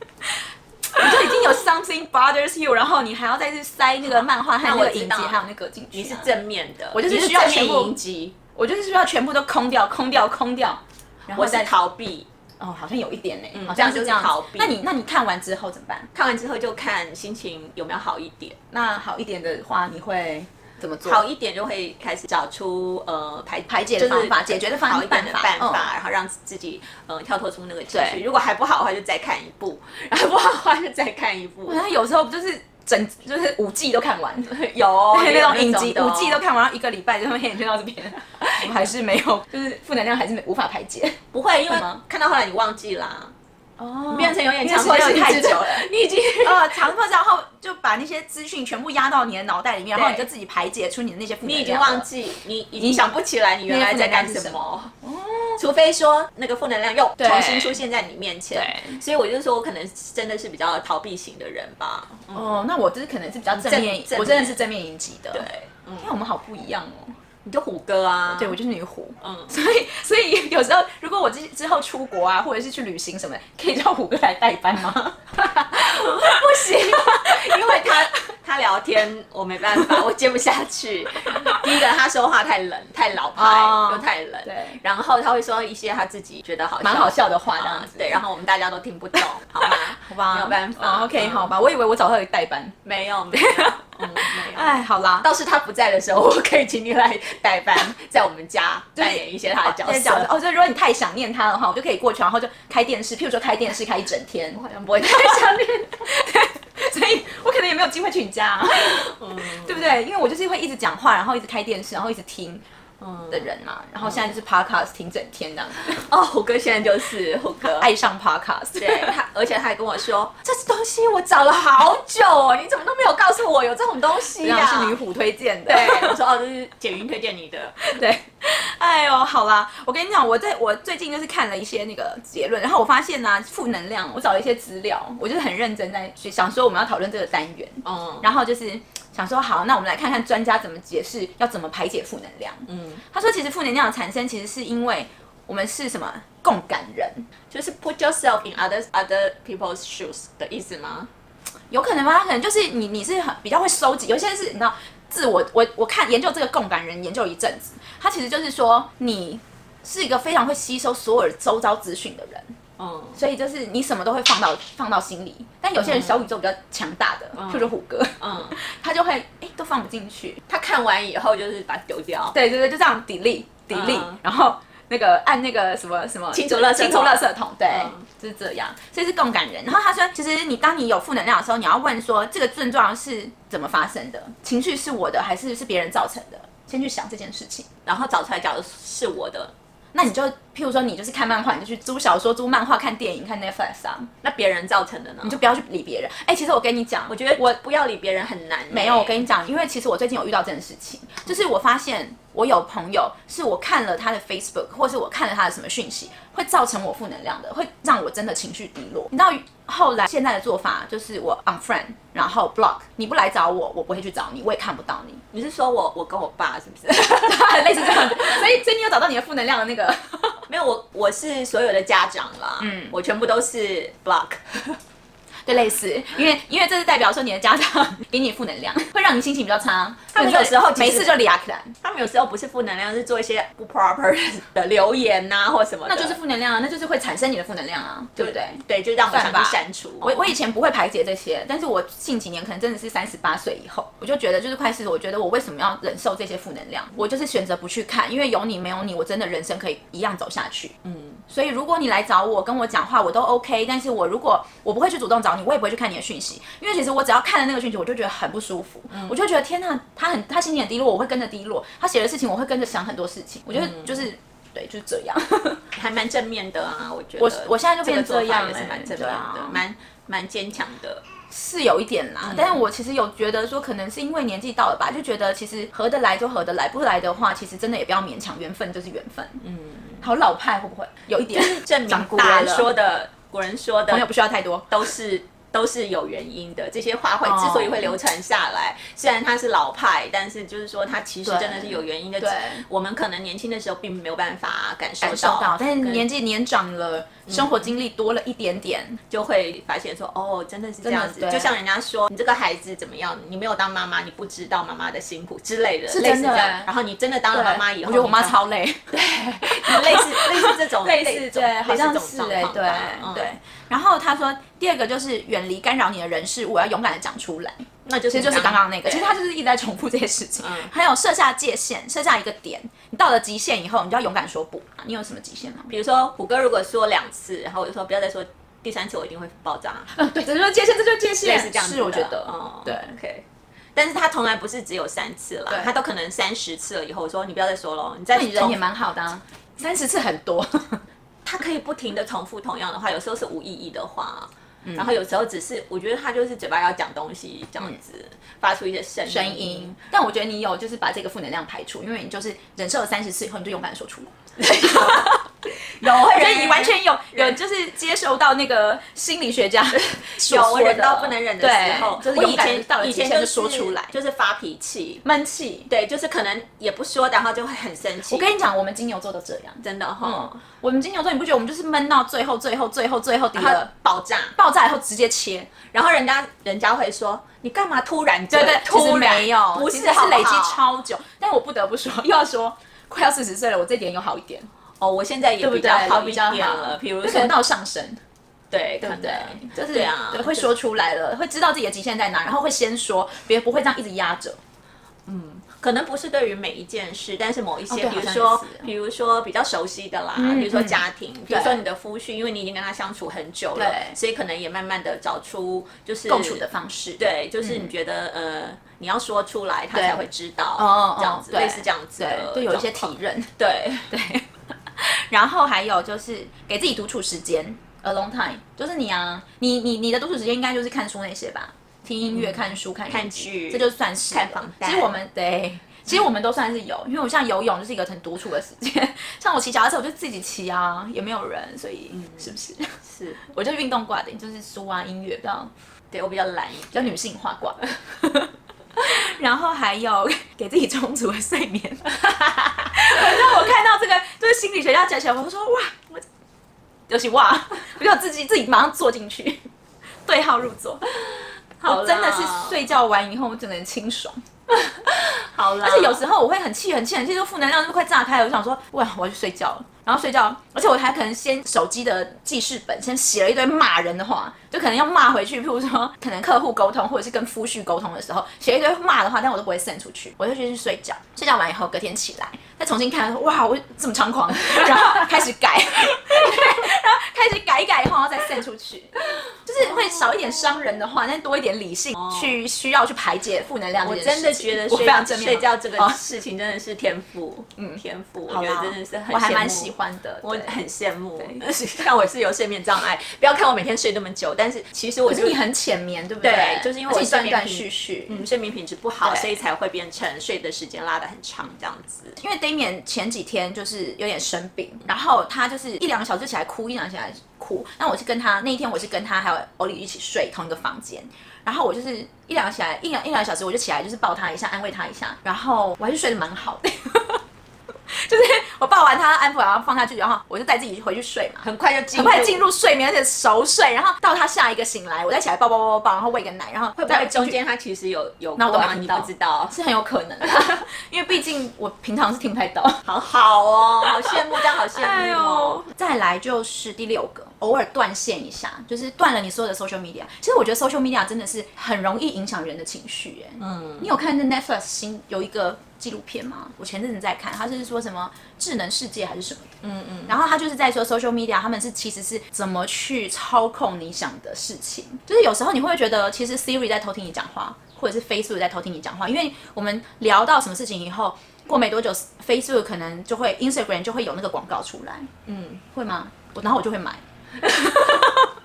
Speaker 2: 你就已经有 something bothers you，然后你还要再去塞那个漫画和那
Speaker 1: 那我
Speaker 2: 个
Speaker 1: 知
Speaker 2: 影集
Speaker 1: 道
Speaker 2: 还有那个进去、啊
Speaker 1: 你是，正面的，
Speaker 2: 我就是
Speaker 1: 你
Speaker 2: 需要
Speaker 1: 正
Speaker 2: 全
Speaker 1: 面
Speaker 2: 部
Speaker 1: 迎击，
Speaker 2: 我就是需要全部都空掉，空掉，空掉，然后
Speaker 1: 我是
Speaker 2: 再
Speaker 1: 逃避。
Speaker 2: 哦，好像有一点呢、
Speaker 1: 嗯
Speaker 2: 好像是这样
Speaker 1: 这样就是逃
Speaker 2: 子。
Speaker 1: 避
Speaker 2: 那你那你看完之后怎么办？
Speaker 1: 看完之后就看心情有没有好一点，
Speaker 2: 那好一点的话，你会怎么做？
Speaker 1: 好一点就会开始找出呃排
Speaker 2: 排解的方法
Speaker 1: 就是
Speaker 2: 解决的方
Speaker 1: 好一点的
Speaker 2: 办
Speaker 1: 办
Speaker 2: 法
Speaker 1: 法，
Speaker 2: 嗯
Speaker 1: 然后让自己呃跳脱出那个情
Speaker 2: 对
Speaker 1: 绪。如果还不好的话，就再看一部；然后不好的话，就再看一部
Speaker 2: 我。像有时候就是整就是五季都看完，
Speaker 1: 有
Speaker 2: 哦 那种影集
Speaker 1: 的
Speaker 2: 五
Speaker 1: 哦
Speaker 2: 季都看完，然后一个礼拜就黑眼圈到这 边，我还是没有，就是负能量还是没无法排解。
Speaker 1: 不会，因为
Speaker 2: 会吗
Speaker 1: 看到后来你忘记啦，
Speaker 2: 哦，
Speaker 1: 变成有点强迫
Speaker 2: 因为时
Speaker 1: 性
Speaker 2: 间太
Speaker 1: 知
Speaker 2: 久
Speaker 1: 道
Speaker 2: 了。
Speaker 1: 你已经
Speaker 2: 呃，强迫症后就把那些资讯全部压到你的脑袋里面，然后你
Speaker 1: 对
Speaker 2: 就自己排解出你的那些负能
Speaker 1: 你
Speaker 2: 量。
Speaker 1: 已经忘。记，你已经想不起来你原来在干什 么。除非说那个负能量又
Speaker 2: 哦对
Speaker 1: 重新出现在你面前，
Speaker 2: 对
Speaker 1: 所以我就说我可能真的是比较逃避型的人吧。嗯
Speaker 2: 哦，那我就是可能是比较正面，
Speaker 1: 正
Speaker 2: 我真的是正面迎击的。
Speaker 1: 对，，
Speaker 2: 因为我们好不一样哦。
Speaker 1: 你就虎哥啊，
Speaker 2: 对，我就是女虎。
Speaker 1: 嗯，
Speaker 2: 所以，所以有时候如果我之之后出国啊，或者是去旅行什么的，可以叫虎哥来代班吗？
Speaker 1: 不行，因为他他聊天，我没办法，我接不下 去。第一个，他说话太冷，太老派，
Speaker 2: 哦
Speaker 1: 又太冷。
Speaker 2: 对。
Speaker 1: 然后他会说一些他自己觉得好
Speaker 2: 蛮好笑的话这样
Speaker 1: 啊
Speaker 2: 子
Speaker 1: 对，然后我们大家都听不懂，好 吗？
Speaker 2: 好吧，
Speaker 1: 没有办法
Speaker 2: 哦 OK，
Speaker 1: 嗯
Speaker 2: 好吧，我以为我找到一个代班。
Speaker 1: 没有，没有， 嗯，没有。
Speaker 2: 哎，好啦，
Speaker 1: 倒是他不在的时候，我可以请你来代班，在我们家扮演一些他的角
Speaker 2: 在
Speaker 1: 色。
Speaker 2: 讲哦，就如果你太想念他的话，我就可以过去，然后就开电视，譬如说开电视开一整天
Speaker 1: 我，好像不会太想念
Speaker 2: 所以我可能也没有机会去你家、啊，
Speaker 1: 嗯
Speaker 2: 对不对？因为我就是会一直讲话，然后一直开电视，然后一直听的人嘛。
Speaker 1: 嗯
Speaker 2: 然后现在就是 podcast 听整天这样，
Speaker 1: 哦，虎哥现在就是虎哥，
Speaker 2: 爱上 podcast。
Speaker 1: 对他，而且他还跟我说，这东西我找了好久哦，你怎么都没有告诉我有这种东西
Speaker 2: 然
Speaker 1: 呀、
Speaker 2: 后是女虎推荐的，
Speaker 1: 对，我说哦，这是简云推荐你 的，
Speaker 2: 对，哎呦，好啦，我跟你讲，我在我最近就是看了一些那个结论，然后我发现呢、负能量，我找了一些资料，我就是很认真在去想说我们要讨论这个单元，
Speaker 1: 嗯，
Speaker 2: 然后就是想说好，那我们来看看专家怎么解释要怎么排解负能量。
Speaker 1: 嗯，
Speaker 2: 他说，其实负能量的产生其实是因为我们是什么共感人，
Speaker 1: 就是 put yourself in other other people's shoes 的意思吗？
Speaker 2: 有可能吗？他可能就是你，你是很比较会收集，有些人是你知道自我，我我看研究这个共感人研究一阵子，他其实就是说你是一个非常会吸收所有周遭资讯的人，
Speaker 1: 嗯，
Speaker 2: 所以就是你什么都会放到放到心里。但有些人小宇宙比较强大的，譬如虎哥，
Speaker 1: 嗯，
Speaker 2: 他就会哎、诶都放不进去，
Speaker 1: 他看完以后就是把它丢掉，
Speaker 2: 对对对，就这样 delete delete，、
Speaker 1: 嗯
Speaker 2: 然后那个按那个什么什么
Speaker 1: 清除垃圾桶
Speaker 2: 清除垃圾桶，对，
Speaker 1: 嗯
Speaker 2: 就是这样，所以是共感人。然后他说，其实你当你有负能量的时候，你要问说这个症状是怎么发生的，情绪是我的还是是别人造成的，先去想这件事情。
Speaker 1: 然后找出来，假如是我的，
Speaker 2: 那你就，譬如说你就是看漫画，你就去租小说、租漫画、看电影、看 Netflix 啊，
Speaker 1: 那别人造成的呢
Speaker 2: 你？就不要去理别人。哎、其实我跟你讲，
Speaker 1: 我觉得我不要理别人很难欸、
Speaker 2: 没有，我跟你讲，因为其实我最近有遇到这件事情，就是我发现我有朋友是我看了他的 Facebook，或是我看了他的什么讯息，会造成我负能量的，会让我真的情绪低落。你知道后来现在的做法就是我 unfriend，然后 block，你不来找我，我不会去找你，我也看不到你，
Speaker 1: 你是说我我跟我爸是不是？
Speaker 2: 类似这样子。所以，所以你有找到你的负能量的那个，
Speaker 1: 没有，我我是所有的家长啦，嗯，我全部都是 block，
Speaker 2: 对，类似，因为因为这是代表说你的家长给你负能量， 会让你心情比较差。
Speaker 1: 他们有时候其实
Speaker 2: 没事就理阿克兰，
Speaker 1: 他们有时候不是负能量，是做一些不 proper 的留言呐、或什么的，
Speaker 2: 那就是负能量啊，那就是会产生你的负能量啊，对不对？
Speaker 1: 对，就让我想
Speaker 2: 算吧
Speaker 1: 去删除。啊
Speaker 2: 我我以前不会排解这些，但是我近几年可能真的是三十八岁以后，我就觉得就是快四十，我觉得我为什么要忍受这些负能量？我就是选择不去看，因为有你没有你，我真的人生可以一样走下去。
Speaker 1: 嗯，
Speaker 2: 所以如果你来找我跟我讲话，我都 OK，但是我如果我不会去主动找你，我也不会去看你的讯息，因为其实我只要看了那个讯息，我就觉得很不舒服，
Speaker 1: 嗯
Speaker 2: 我就觉得天呐，他很他心情很低落，我会跟着低落，他写的事情我会跟着想很多事情，我
Speaker 1: 嗯
Speaker 2: 觉得就是、对，就是这样。
Speaker 1: 还蛮正面的啊，我觉得。
Speaker 2: 我我现在就
Speaker 1: 这个
Speaker 2: 变这
Speaker 1: 做法
Speaker 2: 样
Speaker 1: 也是
Speaker 2: 欸
Speaker 1: 蛮正
Speaker 2: 对
Speaker 1: 面
Speaker 2: 啊
Speaker 1: 的，蛮蛮坚强的。
Speaker 2: 是有一点
Speaker 1: 嗯
Speaker 2: 啦，但是我其实有觉得说，可能是因为年纪到了吧，就觉得其实合得来就合得来，不来的话，其实真的也不要勉强，缘分就是缘分。嗯，好老派会不会有一点
Speaker 1: 证明
Speaker 2: 长古
Speaker 1: 大
Speaker 2: 人
Speaker 1: 人说的，古人说
Speaker 2: 朋友
Speaker 1: 的
Speaker 2: 不需要太多？
Speaker 1: 都是。都是有原因的，这些话会
Speaker 2: 哦
Speaker 1: 之所以会流传下来，虽然它是老派，但是就是说它其实
Speaker 2: 对
Speaker 1: 真的是有原因的
Speaker 2: 对。
Speaker 1: 我们可能年轻的时候并没有办法感受
Speaker 2: 感受到，但是
Speaker 1: 跟嗯
Speaker 2: 年纪年长了，生活经历多了一点点，
Speaker 1: 就会发现说，哦，真的是这样子
Speaker 2: 真。的对
Speaker 1: 就像人家说，你这个孩子怎么样，你没有当妈妈，你不知道妈妈的辛苦之类的，
Speaker 2: 是
Speaker 1: 类似
Speaker 2: 真
Speaker 1: 这
Speaker 2: 的
Speaker 1: 样。然后你真的当了妈妈以后，
Speaker 2: 我觉得我妈
Speaker 1: 你才
Speaker 2: 超累，
Speaker 1: 类似类似这种
Speaker 2: 类似对，好像是哎
Speaker 1: 哎，，
Speaker 2: 对对。然后他说，第二个就是远离干扰你的人事物，要勇敢的讲出来。
Speaker 1: 那就是
Speaker 2: 其实就是刚刚那个，
Speaker 1: 对
Speaker 2: 其实他就是一直在重复这些事情。
Speaker 1: 嗯
Speaker 2: 还有设下界限，设下一个点，你到了极限以后，你就要勇敢说不。你有什么极限吗？
Speaker 1: 比如说虎哥如果说两次，然后我就说不要再说第三次，我一定会爆炸，
Speaker 2: 嗯，对，这 就是界限，这就是界
Speaker 1: 类
Speaker 2: 限
Speaker 1: 似这样子的。
Speaker 2: 是我觉得，
Speaker 1: 嗯，
Speaker 2: 对。
Speaker 1: ，OK。但是他从来不是只有三次啦
Speaker 2: 对，
Speaker 1: 他都可能三十次了以后，我说你不要再说了，你再
Speaker 2: 那你人
Speaker 1: 重
Speaker 2: 也蛮好的、啊，三十次很 多。
Speaker 1: 他可以不停的重复同样的话，有时候是无意义的话，
Speaker 2: 嗯
Speaker 1: 然后有时候只是我觉得他就是嘴巴要讲东西这样子，发出一些声
Speaker 2: 嗯声音，但我觉得 你有就是把这个负能量排除，因为你就是忍受了三十次以后，你就勇敢地说出来。
Speaker 1: 有，我
Speaker 2: 所
Speaker 1: 忍
Speaker 2: 以完全有有就是接受到那个心理 学家所
Speaker 1: 有我
Speaker 2: 说
Speaker 1: 忍
Speaker 2: 的
Speaker 1: 到不能忍的时候，
Speaker 2: 对就是
Speaker 1: 我
Speaker 2: 勇
Speaker 1: 以
Speaker 2: 敢
Speaker 1: 前
Speaker 2: 到了
Speaker 1: 以
Speaker 2: 极
Speaker 1: 前
Speaker 2: 限
Speaker 1: 就
Speaker 2: 就说出来，
Speaker 1: 是就是发脾气，
Speaker 2: 闷气。
Speaker 1: 对，就是可能也不说，然后就会很生气。
Speaker 2: 我跟你讲，我们金牛座都这样。
Speaker 1: 真的哈，
Speaker 2: 嗯，我们金牛座，你不觉得我们就是闷到最后、最后、最后、最后底
Speaker 1: 然后
Speaker 2: 了，
Speaker 1: 爆炸，
Speaker 2: 爆炸以后直接切，
Speaker 1: 然后人家人家会说你干嘛突然这样？
Speaker 2: 其实
Speaker 1: 突然
Speaker 2: 没有，
Speaker 1: 不
Speaker 2: 其
Speaker 1: 是
Speaker 2: 实是累积
Speaker 1: 好不好
Speaker 2: 超久。但我不得不说，又要说快要四十岁了，我这点有好一点，
Speaker 1: 哦，我现在也
Speaker 2: 对不
Speaker 1: 比
Speaker 2: 对？
Speaker 1: 较好
Speaker 2: 比
Speaker 1: 一
Speaker 2: 较
Speaker 1: 点
Speaker 2: 好
Speaker 1: 了，比如
Speaker 2: 就可能
Speaker 1: 说
Speaker 2: 到上升，
Speaker 1: 对，
Speaker 2: 对
Speaker 1: 可
Speaker 2: 不对
Speaker 1: 能？
Speaker 2: 就是
Speaker 1: 对啊
Speaker 2: 对，会说出来了，会知道自己的极限在哪，然后会先说，别不会这样一直压着。
Speaker 1: 可能不是对于每一件事，但是某一
Speaker 2: 哦
Speaker 1: 些，
Speaker 2: 对
Speaker 1: 比如
Speaker 2: 好像
Speaker 1: 说
Speaker 2: 也是，
Speaker 1: 比如说比较熟悉的啦，
Speaker 2: 嗯
Speaker 1: 比如说
Speaker 2: 嗯
Speaker 1: 家庭，比如
Speaker 2: 对
Speaker 1: 说你的夫婿，因为你已经跟他相处很久了，
Speaker 2: 对
Speaker 1: 所以可能也慢慢的找出就是
Speaker 2: 共处的方式。，嗯
Speaker 1: 对，就是你觉得、呃，你要说出来，他
Speaker 2: 对
Speaker 1: 才会知道，
Speaker 2: 哦
Speaker 1: 这样子，
Speaker 2: 对
Speaker 1: 类似这样子
Speaker 2: 对
Speaker 1: 的，，
Speaker 2: 就有一些体，认。
Speaker 1: 对，
Speaker 2: 然后还有就是给自己独处时间，alone time，就是你啊，你你你的独处时间应该就是看书那些吧，听音乐、看书、看
Speaker 1: 嗯看
Speaker 2: 日记
Speaker 1: 剧
Speaker 2: 这就算是
Speaker 1: 看房贷
Speaker 2: 其实我们对。其实我们都算是有，因为我像游泳就是一个很独处的时间， 像我骑脚踏车我就自己骑啊，也没有人，所
Speaker 1: 嗯
Speaker 2: 以、是不是？
Speaker 1: 是，
Speaker 2: 我就运动挂的，就是书啊、音乐比较
Speaker 1: 对我比较懒一点，
Speaker 2: 比较女性化挂。 然后还有给自己充足的睡眠。 反正我看到这个，就是心理学家讲起来，我就说哇，我尤其哇，我就自己自己马上坐进去，对号入座。
Speaker 1: 好
Speaker 2: 我真的
Speaker 1: 啦
Speaker 2: 是睡觉完以后，我整个人清爽，
Speaker 1: 好啦，
Speaker 2: 而且有时候我会很气、很气、很气，就负能量就快炸开了。我想说，哇，我要去睡觉了。然后睡觉，而且我还可能先手机的记事本先写了一堆骂人的话， 就可能要骂回去。譬如说，可能客户沟通或者是跟夫婿沟通的时候，写一堆骂的话，但我都不会 send 出去，我就先去睡觉。睡觉完以后，隔天起来再重新看，哇，我这么 猖狂，然后开始改，然后开始改一改以后，然后再 send 出去，就是会少一点伤人的话，但多一点理性去需要去排解负能量
Speaker 1: 哦我
Speaker 2: 这件
Speaker 1: 真
Speaker 2: 事
Speaker 1: 的觉
Speaker 2: 情。
Speaker 1: 得
Speaker 2: 我非
Speaker 1: 睡
Speaker 2: 常正面
Speaker 1: 睡觉这个
Speaker 2: 哦
Speaker 1: 事情真的是天赋，嗯，天赋，我
Speaker 2: 好
Speaker 1: 觉
Speaker 2: 啦
Speaker 1: 得真的是很，
Speaker 2: 我还蛮喜。欢的，
Speaker 1: 我
Speaker 2: 对
Speaker 1: 很羡慕
Speaker 2: 对，
Speaker 1: 但我是有睡眠障碍。不要看我每天睡那么久，但是其实我
Speaker 2: 可
Speaker 1: 就是
Speaker 2: 你很浅眠，对不
Speaker 1: 对就是因为我
Speaker 2: 而且断
Speaker 1: 睡眠
Speaker 2: 断
Speaker 1: 频
Speaker 2: 续续。
Speaker 1: 嗯睡眠品质不好，
Speaker 2: 对
Speaker 1: 所以才会变成睡的时间拉得很长这样子。
Speaker 2: 因为 Damian 前几天就是有点生病，然后他就是一两个小时起来哭，一两个小时起来哭。那我是跟他那一天，我是跟他还有欧丽一起睡同一个房间，然后我就是一两个起来一两一两个小时，我就起来就是抱他一下，安慰他一下，然后我还是睡得蛮好的。 就是我抱完他安抚，然后放下去，然后我就带自己回去睡嘛，
Speaker 1: 很快就进
Speaker 2: 很快进入睡眠，而且熟睡，然后到他下一个醒来，我再起来抱抱抱抱抱，然后喂个奶，然后
Speaker 1: 会不
Speaker 2: 再
Speaker 1: 会中间他其实有有
Speaker 2: 那我
Speaker 1: 过
Speaker 2: 哪
Speaker 1: 吗？
Speaker 2: 知
Speaker 1: 你
Speaker 2: 道
Speaker 1: 不知道，
Speaker 2: 是很有可能的，啊 因为毕竟我平常是听不 太到。
Speaker 1: 好好哦，好羡慕，这样 好羡
Speaker 2: 哎
Speaker 1: 慕
Speaker 2: 呦
Speaker 1: 哦。，
Speaker 2: 再来就是第六个，偶尔断线一下，就是断了你所有的 social media。其实我觉得 social media 真的是很容易影响人的情绪，哎，嗯，你有看那 Netflix 新有一个纪录片吗？我前阵子在看，它是说什么智能世界还是什么的，嗯嗯，然后他就是在说 social media 他们是其实是怎么去操控你想的事情，就是有时候你会觉得其实 Siri 在偷听你讲话，或者是 Facebook 在偷听你讲话，因为我们聊到什么事情以后。过没多久，Facebook 可能就会 Instagram 就会有那个广告出来，会吗？我然后我就会买。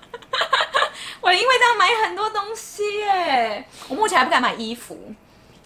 Speaker 2: 我因为这样买很多东西耶，我目前还不敢买衣服，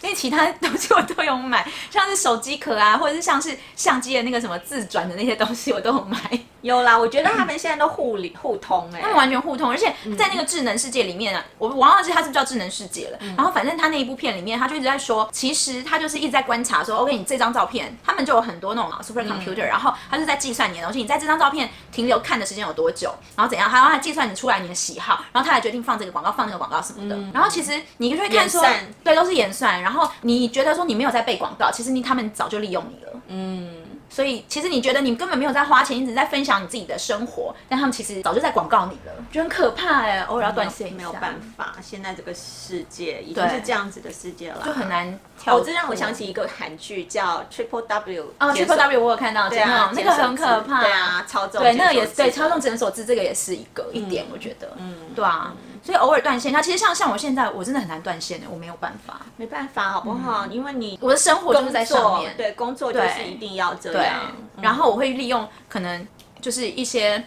Speaker 2: 因为其他东西我都有买，像是手机壳啊，或者是像是相机的那个什么自转的那些东西，我都有买。
Speaker 1: 有啦，我觉得他们现在都互理互通哎
Speaker 2: 他，们完全互通，而且
Speaker 1: 嗯
Speaker 2: 在那个智能世界里面啊，我我忘记它是不是叫智能世界
Speaker 1: 嗯
Speaker 2: 了。然后反正他那一部片里面，他就一直在说，其实他就是一直在观察说，OK，你这张照片，他们就有很多那种 super computer，、然
Speaker 1: 嗯
Speaker 2: 后他就在计算你的东西，你在这张照片停留看的时间有多久，然后怎样，还有他计算你出来你的喜好，然后他来决定放这个广告放那个广告什么的。然后其实你就会看说
Speaker 1: 嗯演算，
Speaker 2: 对，都是演算。然后你觉得说你没有在背广告，其实你他们早就利用你了。
Speaker 1: 嗯
Speaker 2: 所以其实你觉得你根本没有在花钱，一直在分享你自己的生活，但他们其实早就在广告你了，就很可怕哎、偶尔要断线一下，
Speaker 1: 没有办，法，现在这个世界已经
Speaker 2: 对
Speaker 1: 是这样子的世界了，
Speaker 2: 就很。难跳脱。
Speaker 1: 哦，这让我想起一个韩剧叫 Triple W，
Speaker 2: 哦
Speaker 1: 解
Speaker 2: ，Triple
Speaker 1: 锁
Speaker 2: W 我有看到，
Speaker 1: 对啊，
Speaker 2: 那个很可怕，
Speaker 1: 对啊，超重，
Speaker 2: 对，那个也是对，
Speaker 1: 超
Speaker 2: 操纵诊所制这个也是一个一点，我觉得，嗯，对啊，所以偶尔断线，那其实像像我现在，我真的很难断线的，我没有办法，
Speaker 1: 没办法，好不好？因为你
Speaker 2: 嗯我的生活就是
Speaker 1: 工
Speaker 2: 在上
Speaker 1: 作
Speaker 2: 面，
Speaker 1: 对工作就是
Speaker 2: 对
Speaker 1: 一定要这嗯
Speaker 2: 对
Speaker 1: 样，，
Speaker 2: 然后我会利用可能就是一些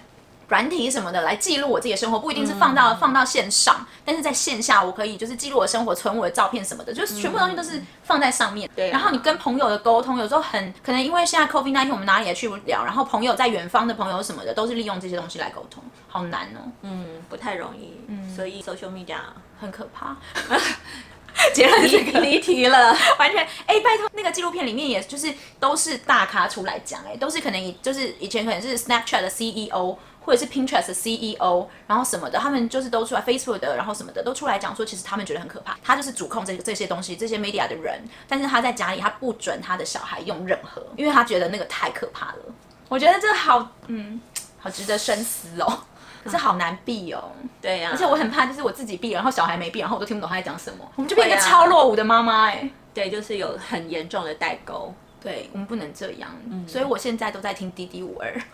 Speaker 2: 软体什么的来记录我自己的生活，不一定是放
Speaker 1: 嗯
Speaker 2: 到、放到线上，但是在线下我可以就是记录我的生活，存我的照片什么的，就是全部东西都是放在上面。
Speaker 1: 对啊
Speaker 2: 然后你跟朋友的沟通，有时候很可能因为现在 COVID 1 9我们哪里也去不了，然后朋友在远方的朋友什么的，都是利用这些东西来沟通，好难哦，
Speaker 1: 嗯，不太容易，嗯，所以 social media
Speaker 2: 很可怕。结论是这个
Speaker 1: 离题了，
Speaker 2: 完全哎、拜托，那个纪录片里面也就是都是大咖出来讲，哎，都是可能以就是以前可能是 Snapchat 的 CEO 或者是 Pinterest 的 CEO，然后什么的，他们就是都出来 Facebook 的，然后什么的都出来讲说，其实他们觉得很可怕，他就是主控这这些东西，这些 media 的人，但是他在家里他不准他的小孩用任何，因为他觉得那个太可怕了。我觉得这好，嗯，好值得深思哦。可是好难避哦，
Speaker 1: 对呀、
Speaker 2: 而且我很怕，就是我自己避，然后小孩没避，然后我都听不懂他在讲什么，我们就变一个
Speaker 1: 对啊
Speaker 2: 超落伍的妈妈哎、
Speaker 1: 对，就是有很严重的代沟。
Speaker 2: 对我们不能这样，
Speaker 1: 嗯
Speaker 2: 所以我现在都在听滴滴五二。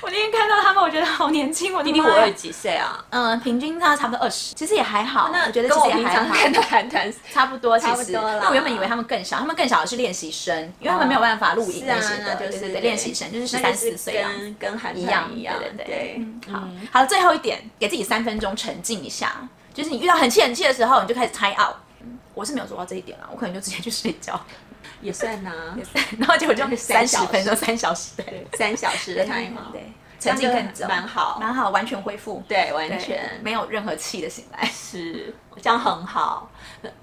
Speaker 2: 我那天看到他们，我觉得好年轻，我的
Speaker 1: 弟弟
Speaker 2: 妈
Speaker 1: 我
Speaker 2: 呀
Speaker 1: 二几岁啊？
Speaker 2: 嗯，平均他差不多二十，其实也还好，我觉得
Speaker 1: 跟
Speaker 2: 其
Speaker 1: 我
Speaker 2: 实也
Speaker 1: 平
Speaker 2: 还
Speaker 1: 常
Speaker 2: 好，
Speaker 1: 看的谈谈
Speaker 2: 差不多其
Speaker 1: 差不
Speaker 2: 实。
Speaker 1: 多啦
Speaker 2: 那我原本以为他们更小，他们更小的是练习生，因为他们没有办法录影
Speaker 1: 是
Speaker 2: 那
Speaker 1: 啊
Speaker 2: 些，的，
Speaker 1: 那就
Speaker 2: 对
Speaker 1: 是
Speaker 2: 对对练习生，就是十
Speaker 1: 那
Speaker 2: 三
Speaker 1: 就
Speaker 2: 四
Speaker 1: 是
Speaker 2: 岁啊。
Speaker 1: 跟跟韩
Speaker 2: 一
Speaker 1: 团
Speaker 2: 样，
Speaker 1: 一样，
Speaker 2: 对对对，
Speaker 1: 对
Speaker 2: 嗯，好，好了，最后一点，给自己三分钟沉静一下，就是你遇到很气很气的时候，你就开始 time out。嗯我是没有做到这一点啊，我可能就直接去睡觉，
Speaker 1: 也算呐，
Speaker 2: 然后结果就
Speaker 1: 三
Speaker 2: 三十
Speaker 1: 小时
Speaker 2: 分钟、三小时，对，
Speaker 1: 三小时的 time 啊嘛，
Speaker 2: 对，
Speaker 1: 这
Speaker 2: 沉
Speaker 1: 样
Speaker 2: 浸
Speaker 1: 就
Speaker 2: 更久，
Speaker 1: 蛮好，
Speaker 2: 蛮好，完全恢复，
Speaker 1: 对，完
Speaker 2: 对，
Speaker 1: 全
Speaker 2: 没有任何气的醒来。
Speaker 1: 是，这样很好。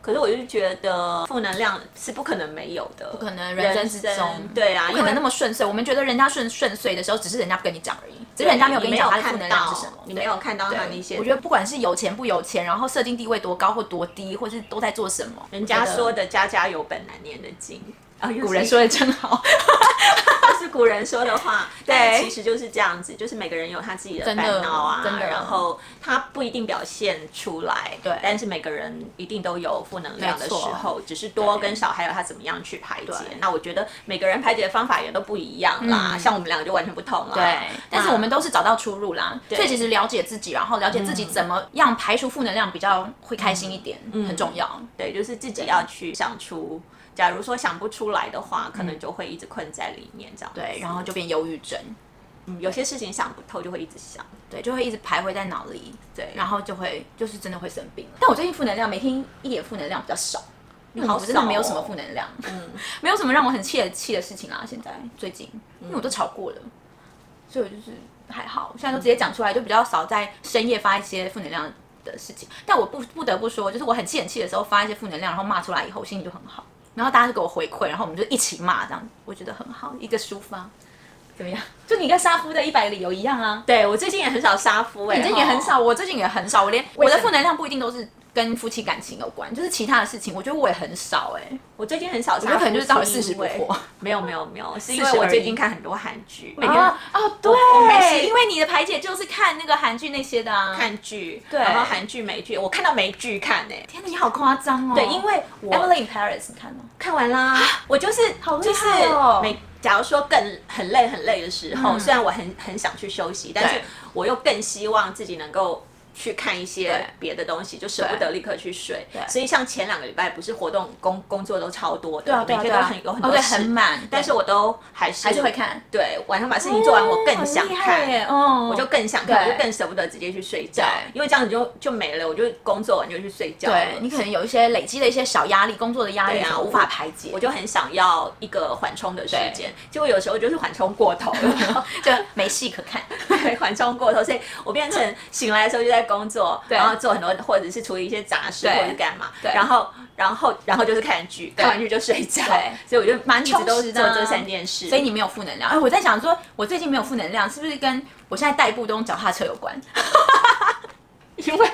Speaker 1: 可是我就觉得负能量是不可能没有的，不
Speaker 2: 可能人生之中，
Speaker 1: 对啊，
Speaker 2: 不可
Speaker 1: 因为
Speaker 2: 能那么顺遂。我们觉得人家顺顺遂的时候，只是人家不跟你讲而已，只是人家没有跟你讲他的负能量是什么，
Speaker 1: 你
Speaker 2: 对
Speaker 1: 没有看到
Speaker 2: 对
Speaker 1: 他那些。
Speaker 2: 我觉得不管是有钱不有钱，然后设定地位多高或多低，或是都在做什么，
Speaker 1: 人家说
Speaker 2: 的，
Speaker 1: 的“家家有本难念的经”，啊，
Speaker 2: 古人说的真好，
Speaker 1: 这是古人说的话，但
Speaker 2: 对
Speaker 1: 其实就是这样子，就是每个人有他自己的
Speaker 2: 真
Speaker 1: 烦
Speaker 2: 的
Speaker 1: 恼啊，
Speaker 2: 真的
Speaker 1: 然后他不一定表现出来，
Speaker 2: 对
Speaker 1: 但是每个人一定都有负能量的时候，只是多
Speaker 2: 对
Speaker 1: 跟少，还有他怎么样去排解
Speaker 2: 对。
Speaker 1: 那我觉得每个人排解的方法也都不一样啦，
Speaker 2: 嗯
Speaker 1: 像我们两个就完全不同啦，
Speaker 2: 对， 但是
Speaker 1: 那
Speaker 2: 我们都是找到出路啦。所以其实了解自己，然后了解自己怎么样排除负能量，比较会开心一点，很重要。
Speaker 1: 对，就是自己要去想出。假如说想不出来的话，可能就会一直困在里面这样子。
Speaker 2: 对，然后就变忧郁症，
Speaker 1: 嗯有些事情想不透，就会一直想。
Speaker 2: 对，就会一直徘徊在脑里，
Speaker 1: 对，
Speaker 2: 然后就会就是真的会生病了。但我最近负能量每天一点负能量比较少，因为我
Speaker 1: 好
Speaker 2: 真的
Speaker 1: 少
Speaker 2: 没有
Speaker 1: 哦
Speaker 2: 什么负能量， 没有什么让我很气的气的事情啦。现在最近，因为
Speaker 1: 嗯
Speaker 2: 我都吵过了，所以我就是还好，现在都直接
Speaker 1: 嗯
Speaker 2: 讲出来，就比较少在深夜发一些负能量的事情。但我不不得不说，就是我很气很气的时候发一些负能量，然后骂出来以后，心情就很好。然后大家就给我回馈，然后我们就一起骂，这样我觉得很好，一个抒发。怎么样？就你跟杀夫的一百理由一样啊。
Speaker 1: 对我最近也很少杀夫、欸，
Speaker 2: 你最近也
Speaker 1: 吼
Speaker 2: 很少，我最近也很少，我连我的
Speaker 1: 什么
Speaker 2: 负能量不一定都是跟夫妻感情有关，就是其他的事情，我觉得我也很少哎、
Speaker 1: 我最近很少
Speaker 2: 我觉
Speaker 1: 杀
Speaker 2: 得
Speaker 1: 夫，
Speaker 2: 可能就是到了
Speaker 1: 是因
Speaker 2: 40不
Speaker 1: 为
Speaker 2: 惑
Speaker 1: 没有没有没有，是因为
Speaker 2: 40而
Speaker 1: 我
Speaker 2: 已
Speaker 1: 最近看很多韩剧，每
Speaker 2: 欸。
Speaker 1: 天
Speaker 2: 哦，
Speaker 1: 我每次
Speaker 2: 因为你的排解就是看那个韩剧那些的啊。
Speaker 1: 看剧，
Speaker 2: 对
Speaker 1: 然后韩剧、美剧，我看到美剧看呢、
Speaker 2: 天哪，你好夸张哦！
Speaker 1: 对，因为我
Speaker 2: Emily in Paris 你看吗？哦
Speaker 1: 看完啦， 我就是
Speaker 2: 好厉
Speaker 1: 就是
Speaker 2: 害哦
Speaker 1: 每假如说更很累很累的时候，
Speaker 2: 嗯
Speaker 1: 虽然我很很想去休息，但是
Speaker 2: 对
Speaker 1: 我又更希望自己能够。去看一
Speaker 2: 对
Speaker 1: 些别的东西，就舍不得立刻去睡
Speaker 2: 对。
Speaker 1: 所以像前两个礼拜，不是活动工工作都超多的，
Speaker 2: 对啊，对啊，
Speaker 1: 每
Speaker 2: 对
Speaker 1: 天都
Speaker 2: 啊，
Speaker 1: 很有很
Speaker 2: 哦
Speaker 1: 多
Speaker 2: 对，
Speaker 1: 事，
Speaker 2: 很满，
Speaker 1: 但是我都还是
Speaker 2: 还是会。看。
Speaker 1: 对，晚上把事情做完，我更想
Speaker 2: 哦很厉
Speaker 1: 看
Speaker 2: 害。耶哦，
Speaker 1: 我就更想看，
Speaker 2: 对
Speaker 1: 我就更舍不得直接去睡觉
Speaker 2: 对，
Speaker 1: 因为这样子就就没了，我就工作完就去睡觉了。
Speaker 2: 对你可能有一些累积的一些小压力，工作的压力
Speaker 1: 对啊
Speaker 2: 什么无法排解，
Speaker 1: 我就很想要一个缓冲的时间，结果有时候就是缓冲过头 了，
Speaker 2: 就没戏可看。
Speaker 1: 对，缓冲过头，所以我变成醒来的时候就在工作，
Speaker 2: 对
Speaker 1: 然后做很多或者是处理一些杂事
Speaker 2: 对
Speaker 1: 或者是干嘛，
Speaker 2: 对
Speaker 1: 然后然后然后就是看剧，
Speaker 2: 对
Speaker 1: 看完剧就睡觉
Speaker 2: 对，
Speaker 1: 所以我就一
Speaker 2: 蛮充
Speaker 1: 直都
Speaker 2: 实
Speaker 1: 做
Speaker 2: 的啊
Speaker 1: 这三件事，
Speaker 2: 所以你没有负能量。哎，我在想说，我最近没有负能量，是不是跟我现在代步都用脚踏车有关？
Speaker 1: 因为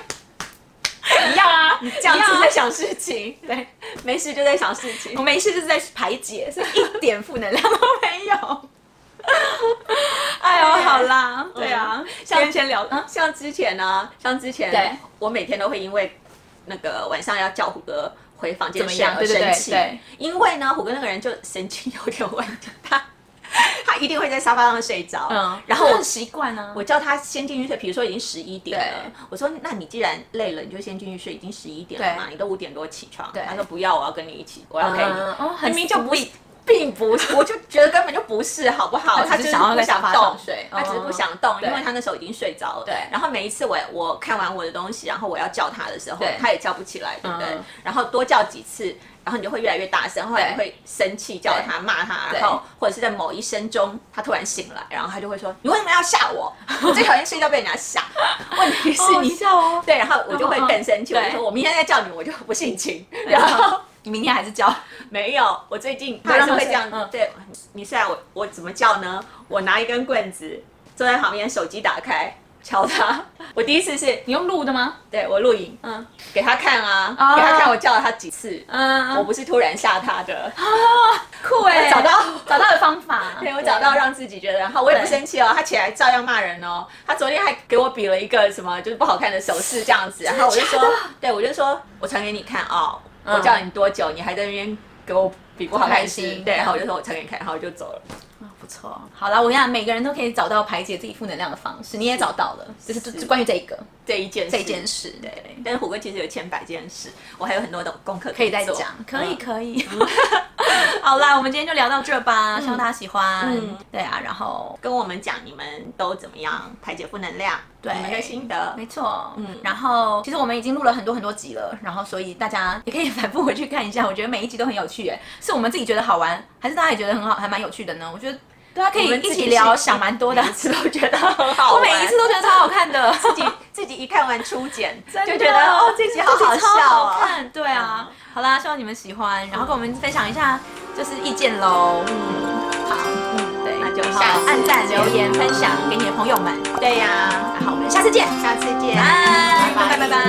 Speaker 2: 一样 啊，
Speaker 1: 这样子在
Speaker 2: 在
Speaker 1: 想事 情，
Speaker 2: 对，
Speaker 1: 没事就在想事情
Speaker 2: 我，没事就是在排解，所以一点负能量都没有。 哎呦，好 啦，对啊，
Speaker 1: 像
Speaker 2: 先先聊啊，
Speaker 1: 像之前呢、像之前，
Speaker 2: 对
Speaker 1: 我每天都会因为那个晚上要叫虎哥回房间
Speaker 2: 怎么
Speaker 1: 睡
Speaker 2: 样
Speaker 1: 而
Speaker 2: 对对
Speaker 1: 生
Speaker 2: 对
Speaker 1: 气
Speaker 2: 对，
Speaker 1: 因为呢，虎哥那个人就神经有点问题，他他一定会在沙发上睡着，
Speaker 2: 嗯，
Speaker 1: 然
Speaker 2: 然
Speaker 1: 后
Speaker 2: 后
Speaker 1: 我
Speaker 2: 我。习惯啊，
Speaker 1: 我叫他先进去睡，比如说已经十一点了，我说那你既然累了，你就先进去睡，已经十一点了嘛，
Speaker 2: 对
Speaker 1: 你都五点多起床。
Speaker 2: 对
Speaker 1: 他说不要，我要跟你一起，我要陪你。
Speaker 2: 嗯哦很
Speaker 1: 明明就不
Speaker 2: sweet，
Speaker 1: 并不是，我就觉得根本就不是，好不好？
Speaker 2: 他
Speaker 1: 他就是
Speaker 2: 只
Speaker 1: 是
Speaker 2: 想要
Speaker 1: 不
Speaker 2: 在沙
Speaker 1: 想
Speaker 2: 发
Speaker 1: 动
Speaker 2: 上睡
Speaker 1: 他只是
Speaker 2: 哦
Speaker 1: 不想动，
Speaker 2: 对
Speaker 1: 因为他那时候已经睡着了。
Speaker 2: 对
Speaker 1: 然后每一次我我看完我的东西，然后我要叫他的时候
Speaker 2: 对，
Speaker 1: 他也叫不起来，对不对
Speaker 2: 嗯？
Speaker 1: 然后多叫几次。然后你就会越来越大声，后来你
Speaker 2: 对
Speaker 1: 会生气叫他骂他，
Speaker 2: 对
Speaker 1: 然后或者是在某一声中他突然醒来，然后他就会说：“你为什么要吓我？我最讨厌睡觉被人家吓。”问题是
Speaker 2: 是
Speaker 1: 你
Speaker 2: 你笑哦。
Speaker 1: 对，然后我就会更生气，
Speaker 2: 嗯嗯
Speaker 1: 我
Speaker 2: 嗯
Speaker 1: 就
Speaker 2: 对
Speaker 1: 说我明天再叫你，我就不性情。然
Speaker 2: 然
Speaker 1: 后
Speaker 2: 后啊 你明天还是教，
Speaker 1: 没有，我最近
Speaker 2: 就
Speaker 1: 还
Speaker 2: 让
Speaker 1: 是
Speaker 2: 他
Speaker 1: 会
Speaker 2: 睡
Speaker 1: 这样子
Speaker 2: 嗯。
Speaker 1: 对，你虽然我我怎么叫呢？我拿一根棍子坐在旁边，手机打开敲他。我第一次是
Speaker 2: 你用录的吗？
Speaker 1: 对我录影
Speaker 2: 嗯
Speaker 1: 给他看啊，
Speaker 2: 哦
Speaker 1: 给他看我叫了他几次，
Speaker 2: 嗯，
Speaker 1: 我不是突然吓他的，
Speaker 2: 酷
Speaker 1: 我
Speaker 2: 哎，
Speaker 1: 找 到。
Speaker 2: 找到了 方 法，啊
Speaker 1: 对，我找到让自己觉得，然后我也不
Speaker 2: 对
Speaker 1: 生气哦，他起来照样骂人哦。他昨天还给我比了一个什么，就是不好看的手势这样子，然后我就说，对我就说我传给你看哦，我
Speaker 2: 嗯
Speaker 1: 叫你多久，你还在那边给我比不好看
Speaker 2: 不开
Speaker 1: 心，
Speaker 2: 心
Speaker 1: 对，然后我就说我传给你看，然后我就走了。
Speaker 2: 啊不错。好啦，我跟你讲，每个人都可以找到排解自己负能量的方式，你也找到了，就是就是就关于这一个
Speaker 1: 这一件事
Speaker 2: 这一件，事，对，
Speaker 1: 但是火哥其实有千百件事，我还有很多的功课
Speaker 2: 可以再
Speaker 1: 做
Speaker 2: 讲，可以
Speaker 1: 嗯
Speaker 2: 可以。 好啦，我们今天就聊到这吧，希望大家喜欢
Speaker 1: 嗯。
Speaker 2: 对啊，然后
Speaker 1: 跟我们讲你们都怎么样排解负能量，
Speaker 2: 对
Speaker 1: 你们的心得
Speaker 2: 没。错，
Speaker 1: 嗯
Speaker 2: 嗯，然后其实我们已经录了很多很多集了，然后所以大家也可以反复回去看一下，我觉 得每一集都很有趣，哎，是我们自己觉得好玩，还是大家也觉得很好，还蛮有趣的呢？我觉得大啊家可以
Speaker 1: 我们自
Speaker 2: 一
Speaker 1: 己
Speaker 2: 起聊，
Speaker 1: 是
Speaker 2: 想蛮多的
Speaker 1: 每一。次都觉得很好
Speaker 2: 我
Speaker 1: 玩，
Speaker 2: 每一次都觉得超好看的，
Speaker 1: 自己自己一看完初剪，
Speaker 2: 真的
Speaker 1: 就觉 得哦，这集好好
Speaker 2: 这集超
Speaker 1: 笑
Speaker 2: 好
Speaker 1: 啊、
Speaker 2: 看，对啊，好啦，希望你们喜欢，然后跟我们分享一下就是意见喽。
Speaker 1: 嗯，
Speaker 2: 好，嗯，对，
Speaker 1: 那就
Speaker 2: 好
Speaker 1: 下次
Speaker 2: 按赞、
Speaker 1: 见
Speaker 2: 留言、分享给你的朋友们。
Speaker 1: 对呀、
Speaker 2: 好，我们下次见，
Speaker 1: 下次见，
Speaker 2: 拜拜拜拜拜。